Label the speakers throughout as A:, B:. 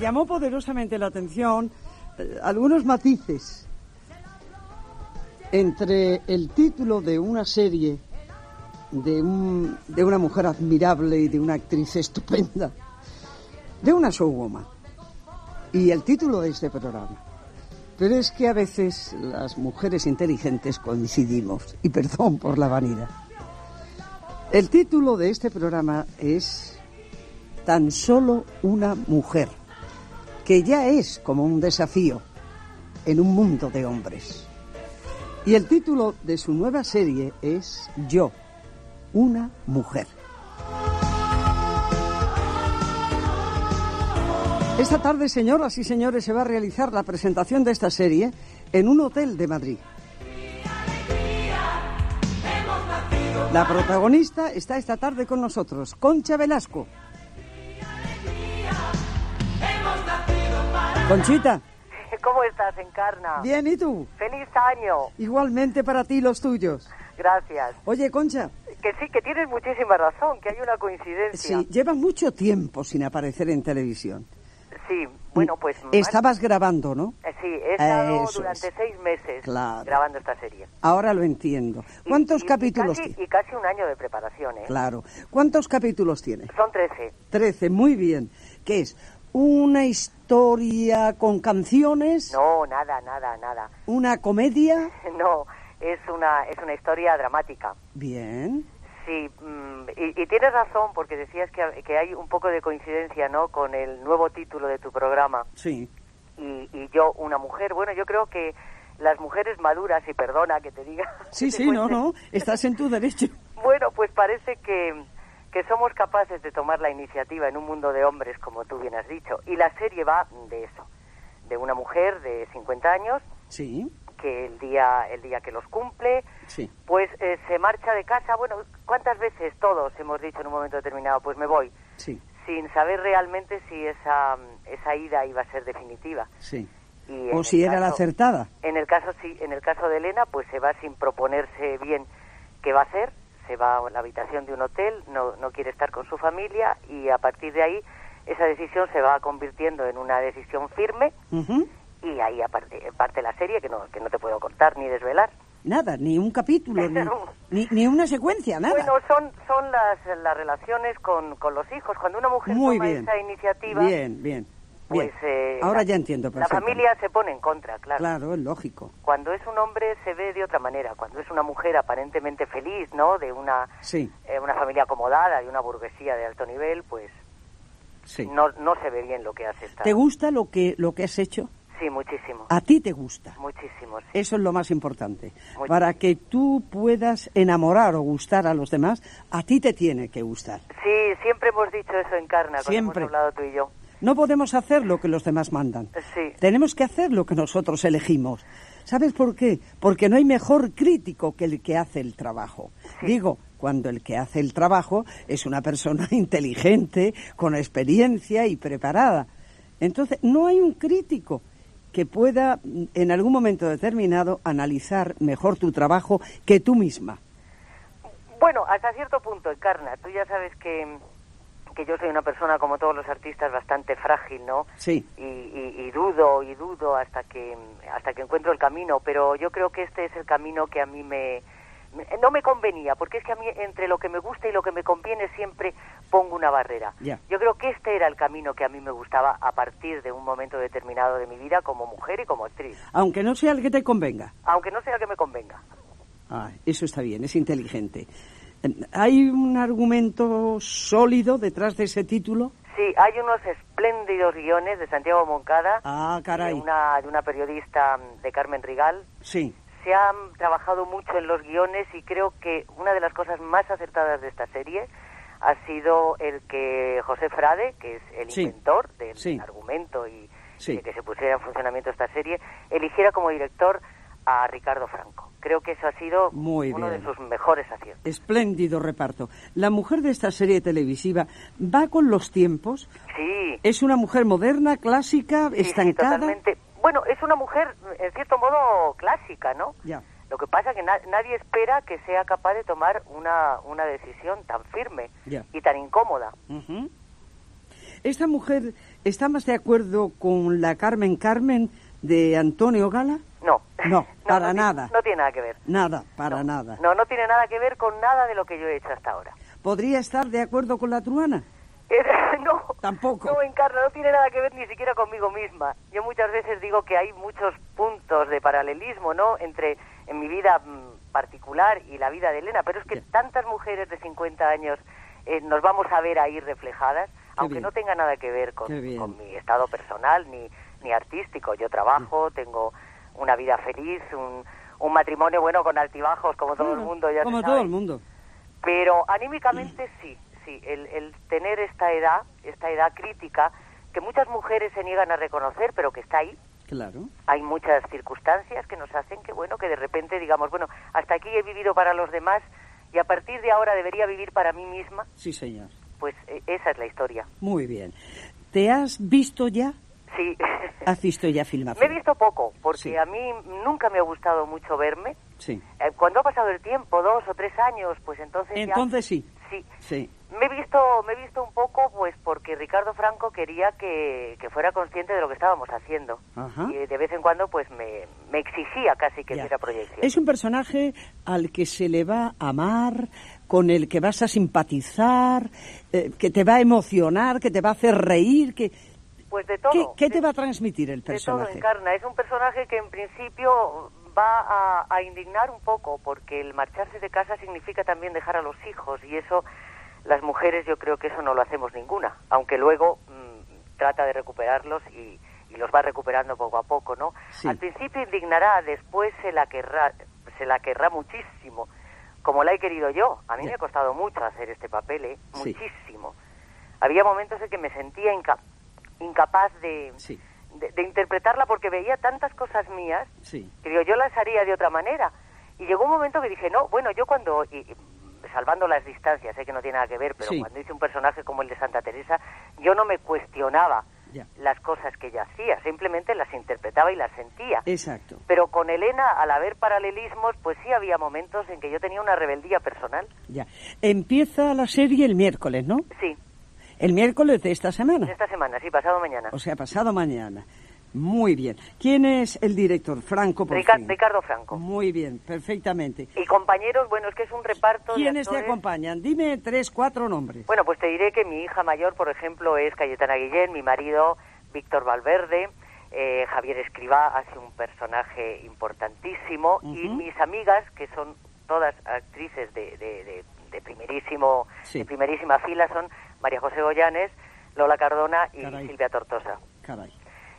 A: llamó poderosamente la atención eh, algunos matices entre el título de una serie de, un- de una mujer admirable y de una actriz estupenda, de una showwoman, y el título de este programa. Pero es que a veces las mujeres inteligentes coincidimos, y perdón por la vanidad. El título de este programa es Tan solo una mujer, que ya es como un desafío en un mundo de hombres. Y el título de su nueva serie es Yo, una mujer. Esta tarde, señoras y señores, se va a realizar la presentación de esta serie en un hotel de Madrid. La protagonista está esta tarde con nosotros, Concha Velasco. Conchita,
B: ¿Cómo estás, Encarna?
A: bien, ¿y tú?
B: Feliz año.
A: Igualmente para ti y los tuyos.
B: Gracias.
A: Oye, Concha,
B: Que sí, que tienes muchísima razón, que hay una coincidencia.
A: sí, llevas mucho tiempo sin aparecer en televisión.
B: Sí, bueno, pues... más-
A: Estabas grabando, ¿no?
B: Eh, Sí, he estado
A: Mm, Eso
B: durante
A: es.
B: seis meses
A: Claro.
B: grabando esta serie.
A: Ahora lo entiendo.
B: Y-
A: ¿Cuántos
B: y- y
A: capítulos
B: casi-
A: tiene?
B: Y casi un año de preparación, ¿eh?
A: Claro. ¿Cuántos capítulos tiene?
B: Son trece.
A: Trece, muy bien. ¿Qué es? ¿Una historia con canciones?
B: No, nada, nada, nada.
A: ¿Una comedia?
B: No, es una, es una historia dramática.
A: Bien.
B: Sí, mm, y, y tienes razón, porque decías que, que hay un poco de coincidencia, ¿no?, con el nuevo título de tu programa.
A: Sí.
B: y, y yo una mujer. Bueno, yo creo que las mujeres maduras, y perdona que te diga.
A: Sí,
B: que te
A: sí, no,
B: cuente.
A: no. Estás en tu derecho.
B: Bueno, pues parece que, que somos capaces de tomar la iniciativa en un mundo de hombres, como tú bien has dicho. Y la serie va de eso, de una mujer de 50 años
A: Sí,
B: que el día, el día que los cumple,
A: sí.
B: pues eh, se marcha de casa. Bueno, ¿cuántas veces todos hemos dicho en un momento determinado, pues me voy?
A: Sí,
B: Sin saber realmente si esa, esa ida iba a ser definitiva.
A: sí.
B: Y en
A: O si
B: el
A: era la
B: caso-
A: acertada.
B: En el caso sí, en el caso de Elena, pues se va sin proponerse bien qué va a hacer, se va a la habitación de un hotel, no, no quiere estar con su familia y a partir de ahí esa decisión se va convirtiendo en una decisión firme
A: Ujú.
B: y ahí aparte, parte la serie que no, que no te puedo contar ni desvelar.
A: Nada, ni un capítulo, ni, ni, ni una secuencia, nada.
B: Bueno, son, son las, las relaciones con, con los hijos. Cuando una mujer
A: Muy
B: pues toma
A: bien.
B: esa iniciativa,
A: Bien, bien.
B: pues...
A: bien.
B: eh,
A: Ahora
B: la-
A: ya entiendo
B: La
A: perfectamente.
B: familia se pone en contra,
A: Claro, es lógico.
B: Cuando es un hombre se ve de otra manera, cuando es una mujer aparentemente feliz, ¿no? De una,
A: Sí,
B: eh, una familia acomodada, de una burguesía de alto nivel, pues
A: sí.
B: no, no se ve bien lo que hace esta.
A: ¿Te gusta lo que, lo que has hecho?
B: Sí, muchísimo,
A: A ti te gusta.
B: muchísimo, sí.
A: Eso es lo más importante.
B: Muy
A: Para que tú puedas enamorar o gustar a los demás, a ti te tiene que gustar.
B: Sí, siempre hemos dicho eso en Carna,
A: Siempre.
B: cuando hemos hablado tú y yo.
A: No podemos hacer lo que los demás mandan.
B: Sí.
A: Tenemos que hacer lo que nosotros elegimos. ¿Sabes por qué? Porque no hay mejor crítico que el que hace el trabajo. Digo, cuando el que hace el trabajo es una persona inteligente, con experiencia y preparada. Entonces, no hay un crítico que pueda, mm, en algún momento determinado, analizar mejor tu trabajo que tú misma.
B: Bueno, hasta cierto punto, Encarna, tú ya sabes que, que yo soy una persona, como todos los artistas, bastante frágil, ¿no?
A: Sí.
B: Y, y- y dudo, y dudo hasta que, hasta que encuentro el camino, pero yo creo que este es el camino que a mí me... me- No me convenía, porque es que a mí entre lo que me gusta y lo que me conviene siempre pongo una barrera.
A: Ya.
B: Yo creo que este era el camino que a mí me gustaba a partir de un momento determinado de mi vida como mujer y como actriz,
A: Aunque no sea el que te convenga.
B: aunque no sea el que me convenga.
A: Ah, eso está bien, es inteligente. Em, ¿Hay un argumento sólido detrás de ese título?
B: Sí, hay unos espléndidos guiones de Santiago Moncada,
A: Ah, caray.
B: De, Eh, una, de una periodista mm, de Carmen Rigal.
A: Sí,
B: Se han trabajado mucho en los guiones y creo que una de las cosas más acertadas de esta serie ha sido el que José Frade, que es el
A: Sí.
B: inventor del
A: Sí.
B: argumento y
A: Sí.
B: de que se pusiera en funcionamiento esta serie, eligiera como director a Ricardo Franco. Creo que eso ha sido
A: Muy
B: uno
A: bien.
B: de sus mejores aciertos.
A: espléndido reparto. La mujer de esta serie televisiva va con los tiempos.
B: Sí,
A: Es una mujer moderna, clásica,
B: Sí, sí,
A: estancada.
B: totalmente. Bueno, es una mujer, en cierto modo, clásica, ¿no?
A: Ya.
B: Lo que pasa es que na- nadie espera que sea capaz de tomar una, una decisión tan firme
A: Ya.
B: y tan incómoda.
A: Ujú. ¿Esta mujer está más de acuerdo con la Carmen Carmen de Antonio Gala?
B: No.
A: No, para
B: no tiene-
A: nada.
B: no tiene nada que ver.
A: Nada, para
B: No,
A: nada.
B: No, no tiene nada que ver con nada de lo que yo he hecho hasta ahora.
A: ¿Podría estar de acuerdo con la truana?
B: Eh, no,
A: Tampoco.
B: No, Encarna, no tiene nada que ver ni siquiera conmigo misma. Yo muchas veces digo que hay muchos puntos de paralelismo, ¿no? Entre en mi vida mm, particular y la vida de Elena, pero es que tantas mujeres de 50 años eh, nos vamos a ver ahí reflejadas, aunque
A: bien.
B: no tenga nada que ver con,
A: Qué bien.
B: con mi estado personal ni, ni artístico. Yo
A: Mm.
B: trabajo, tengo una vida feliz, un, un matrimonio bueno con altibajos, como todo el
A: Claro,
B: mundo ya se
A: Como
B: sabe.
A: todo el mundo.
B: Pero anímicamente sí, sí, el, el tener esta edad, esta edad crítica, que muchas mujeres se niegan a reconocer, pero que está ahí.
A: Claro.
B: Hay muchas circunstancias que nos hacen que, bueno, que de repente digamos, bueno, hasta aquí he vivido para los demás y a partir de ahora debería vivir para mí misma.
A: Sí, señor.
B: Pues eh, esa es la historia.
A: Muy bien. ¿Te has visto ya?
B: Sí.
A: ¿Has visto ya
B: me he
A: filmación?
B: visto poco, porque
A: Sí.
B: a mí nunca me ha gustado mucho verme.
A: Sí.
B: Eh, cuando ha pasado el tiempo, dos o tres años, pues entonces, ya-
A: Entonces sí.
B: Sí,
A: Sí.
B: Me he visto, me he visto un poco, pues, porque Ricardo Franco quería que, que fuera consciente de lo que estábamos haciendo.
A: Ajá.
B: Y de vez en cuando, pues, me, me exigía casi que
A: Ya.
B: hiciera proyección.
A: Es un personaje al que se le va a amar, con el que vas a simpatizar, eh, que te va a emocionar, que te va a hacer reír, que
B: Pues de todo.
A: ¿qué, qué te
B: de-
A: va a transmitir el
B: de todo
A: personaje?
B: encarna. Es un personaje que en principio va a, a indignar un poco, porque el marcharse de casa significa también dejar a los hijos, y eso, las mujeres, yo creo que eso no lo hacemos ninguna, aunque luego mm, trata de recuperarlos y, y los va recuperando poco a poco, ¿no?
A: Sí.
B: Al principio indignará, después se la querrá, se la querrá muchísimo, como la he querido yo. A mí
A: Ya.
B: me ha costado mucho hacer este papel, ¿eh?
A: Sí.
B: Muchísimo. Había momentos en que me sentía inca- incapaz de,
A: Sí.
B: de, de interpretarla porque veía tantas cosas mías
A: Sí,
B: que digo, yo las haría de otra manera. Y llegó un momento que dije, no, bueno, yo cuando, y- y salvando las distancias, sé que no tiene nada que ver, pero
A: Sí.
B: cuando hice un personaje como el de Santa Teresa, yo no me cuestionaba
A: Ya.
B: las cosas que ella hacía, simplemente las interpretaba y las sentía.
A: exacto.
B: Pero con Elena, al haber paralelismos, pues sí había momentos en que yo tenía una rebeldía personal.
A: Ya. Empieza la serie el miércoles, ¿no?
B: Sí,
A: El miércoles de esta
B: en
A: semana.
B: esta semana, sí, pasado mañana.
A: O sea, pasado mañana. Muy bien. ¿Quién es el director? Franco, por
B: Rica-
A: fin.
B: Ricardo Franco.
A: Muy bien, perfectamente.
B: Y compañeros, bueno, es que es un reparto de
A: ¿Quiénes te
B: actores-
A: acompañan? Dime tres, cuatro nombres.
B: Bueno, pues te diré que mi hija mayor, por ejemplo, es Cayetana Guillén, mi marido Víctor Valverde, eh, Javier Escribá hace un personaje importantísimo y
A: Ujú.
B: mis amigas, que son todas actrices de, de- de- de primerísimo,
A: Sí.
B: de primerísima fila, son María José Goyanes, Lola Cardona y
A: Caray.
B: Silvia Tortosa.
A: Caray.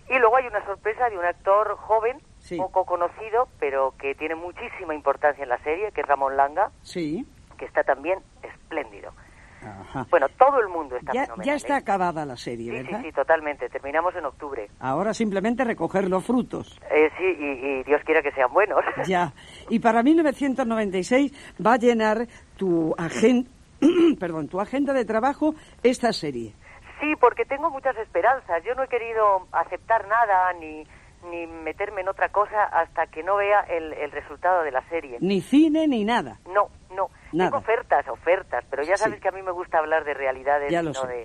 B: Y luego hay una sorpresa de un actor joven,
A: Sí.
B: poco conocido, pero que tiene muchísima importancia en la serie, que es Ramón Langa,
A: Sí.
B: que está también espléndido.
A: Ajá.
B: Bueno, todo el mundo Pues está
A: Ya,
B: fenomenal.
A: ya está
B: ¿eh?
A: acabada la serie,
B: Sí, sí,
A: ¿verdad?
B: sí, totalmente. Terminamos en octubre.
A: Ahora simplemente recoger los frutos.
B: Eh, sí, y, y Dios quiera que sean buenos.
A: Ya. Y para 1996 va a llenar tu agenda, perdón, tu agenda de trabajo esta serie.
B: Sí, porque tengo muchas esperanzas. Yo no he querido aceptar nada ni, ni meterme en otra cosa hasta que no vea el, el resultado de la serie.
A: Ni cine ni nada.
B: No, no.
A: Nada.
B: Tengo ofertas, ofertas, pero ya sabes
A: Sí.
B: que a mí me gusta hablar de realidades,
A: Ya
B: y
A: lo
B: no
A: sé.
B: de,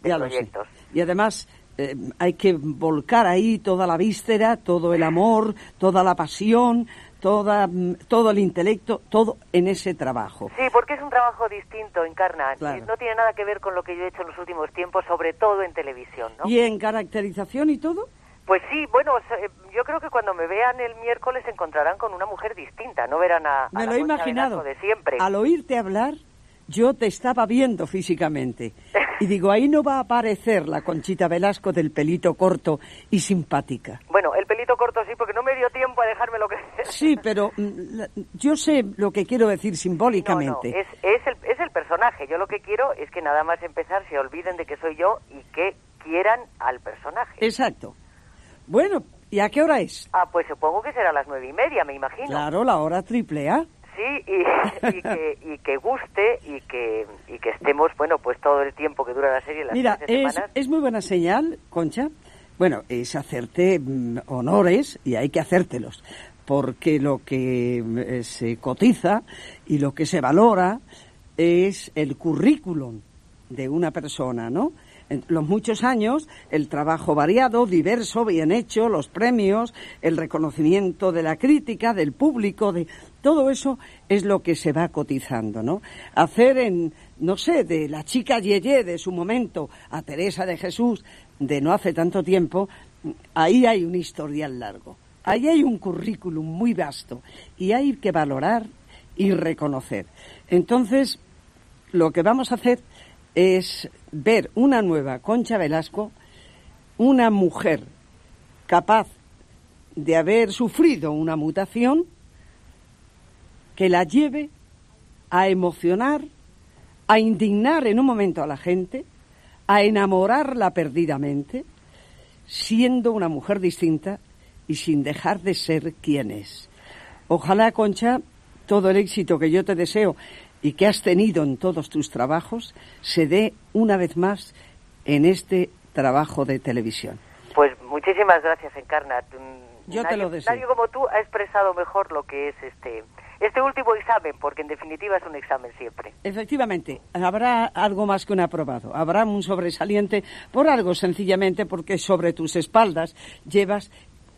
B: de
A: Ya lo sé.
B: proyectos.
A: Y además eh, hay que volcar ahí toda la víscera, todo el amor, toda la pasión, toda, mm, todo el intelecto, todo en ese trabajo.
B: Sí, porque es un trabajo distinto, Encarna.
A: Claro.
B: No tiene nada que ver con lo que yo he hecho en los últimos tiempos, sobre todo en televisión, ¿no?
A: ¿Y en caracterización y todo?
B: Pues sí, bueno, se- eh, yo creo que cuando me vean el miércoles se encontrarán con una mujer distinta, no verán a, a
A: Me
B: la
A: lo he
B: Concha
A: imaginado.
B: Velasco de siempre.
A: Al oírte hablar, yo te estaba viendo físicamente. Y digo, ahí no va a aparecer la Conchita Velasco del pelito corto y simpática.
B: Bueno, el pelito corto sí, porque no me dio tiempo a dejármelo crecer.
A: Sí, pero mm, la- yo sé lo que quiero decir
B: No, no,
A: simbólicamente.
B: es, es, el, es el personaje. Yo lo que quiero es que nada más empezar se olviden de que soy yo y que quieran al personaje.
A: Exacto. Bueno, ¿y a qué hora es?
B: Ah, pues supongo que será a las nueve y media, me imagino.
A: Claro, la hora triple A.
B: Sí, y, y que, y que guste y que, y que estemos, bueno, pues todo el tiempo que dura la serie, las
A: Mira,
B: trece
A: es,
B: semanas.
A: es muy buena señal, Concha. Bueno, es hacerte mm, honores y hay que hacértelos, porque lo que mm, eh, se cotiza y lo que se valora es el currículum de una persona, ¿no? los muchos años, el trabajo variado, diverso, bien hecho, los premios, el reconocimiento de la crítica, del público, de todo eso es lo que se va cotizando, ¿no? Hacer en, no sé, de la chica Yeye de su momento a Teresa de Jesús de no hace tanto tiempo, ahí hay un historial largo. Ahí hay un currículum muy vasto y hay que valorar y reconocer. Entonces, lo que vamos a hacer es ver una nueva Concha Velasco, una mujer capaz de haber sufrido una mutación que la lleve a emocionar, a indignar en un momento a la gente, a enamorarla perdidamente, siendo una mujer distinta y sin dejar de ser quien es. Ojalá, Concha, todo el éxito que yo te deseo y que has tenido en todos tus trabajos se dé una vez más en este trabajo de televisión.
B: Pues muchísimas gracias, Encarna.
A: Yo nadie, te lo deseo.
B: Nadie como tú ha expresado mejor lo que es este, este último examen, porque en definitiva es un examen siempre.
A: Efectivamente, habrá algo más que un aprobado, habrá un sobresaliente por algo sencillamente porque sobre tus espaldas llevas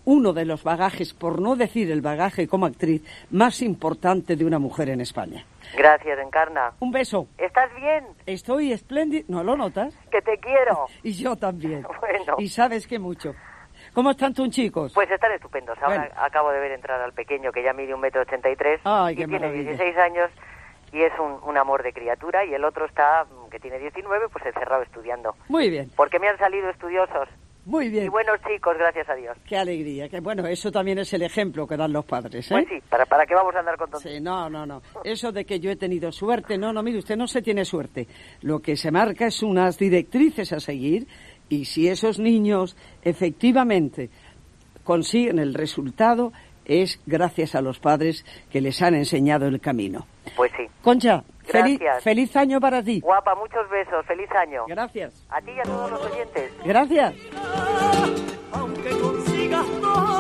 A: uno de los bagajes, por no decir el bagaje como actriz, más importante de una mujer en España.
B: Gracias, Encarna.
A: Un beso.
B: ¿Estás bien?
A: Estoy espléndido. ¿No lo notas?
B: Que te quiero.
A: y yo también.
B: Bueno.
A: Y sabes que mucho. ¿Cómo están tus chicos?
B: Pues están estupendos. Ahora bueno. acabo de ver entrar al pequeño que ya mide un metro ochenta y tres.
A: Ay,
B: y
A: qué
B: tiene
A: maravilla.
B: 16 años y es un, un, amor de criatura. Y el otro está, que tiene 19, pues encerrado estudiando.
A: Muy bien.
B: Porque me han salido estudiosos.
A: Muy bien.
B: Y buenos chicos, gracias a Dios.
A: Qué alegría. Que, bueno, eso también es el ejemplo que dan los padres. ¿eh?
B: Pues sí, ¿para, para qué vamos a andar con tonterías?
A: Sí, no, no, no. Eso de que yo he tenido suerte, no, no, mire, usted no se tiene suerte. Lo que se marca es unas directrices a seguir y si esos niños efectivamente consiguen el resultado es gracias a los padres que les han enseñado el camino.
B: Pues sí.
A: Concha, feliz,
B: Gracias.
A: feliz año para ti.
B: Guapa, muchos besos, feliz año.
A: Gracias.
B: A ti y a todos los oyentes.
A: Gracias.
C: aunque consigas todo.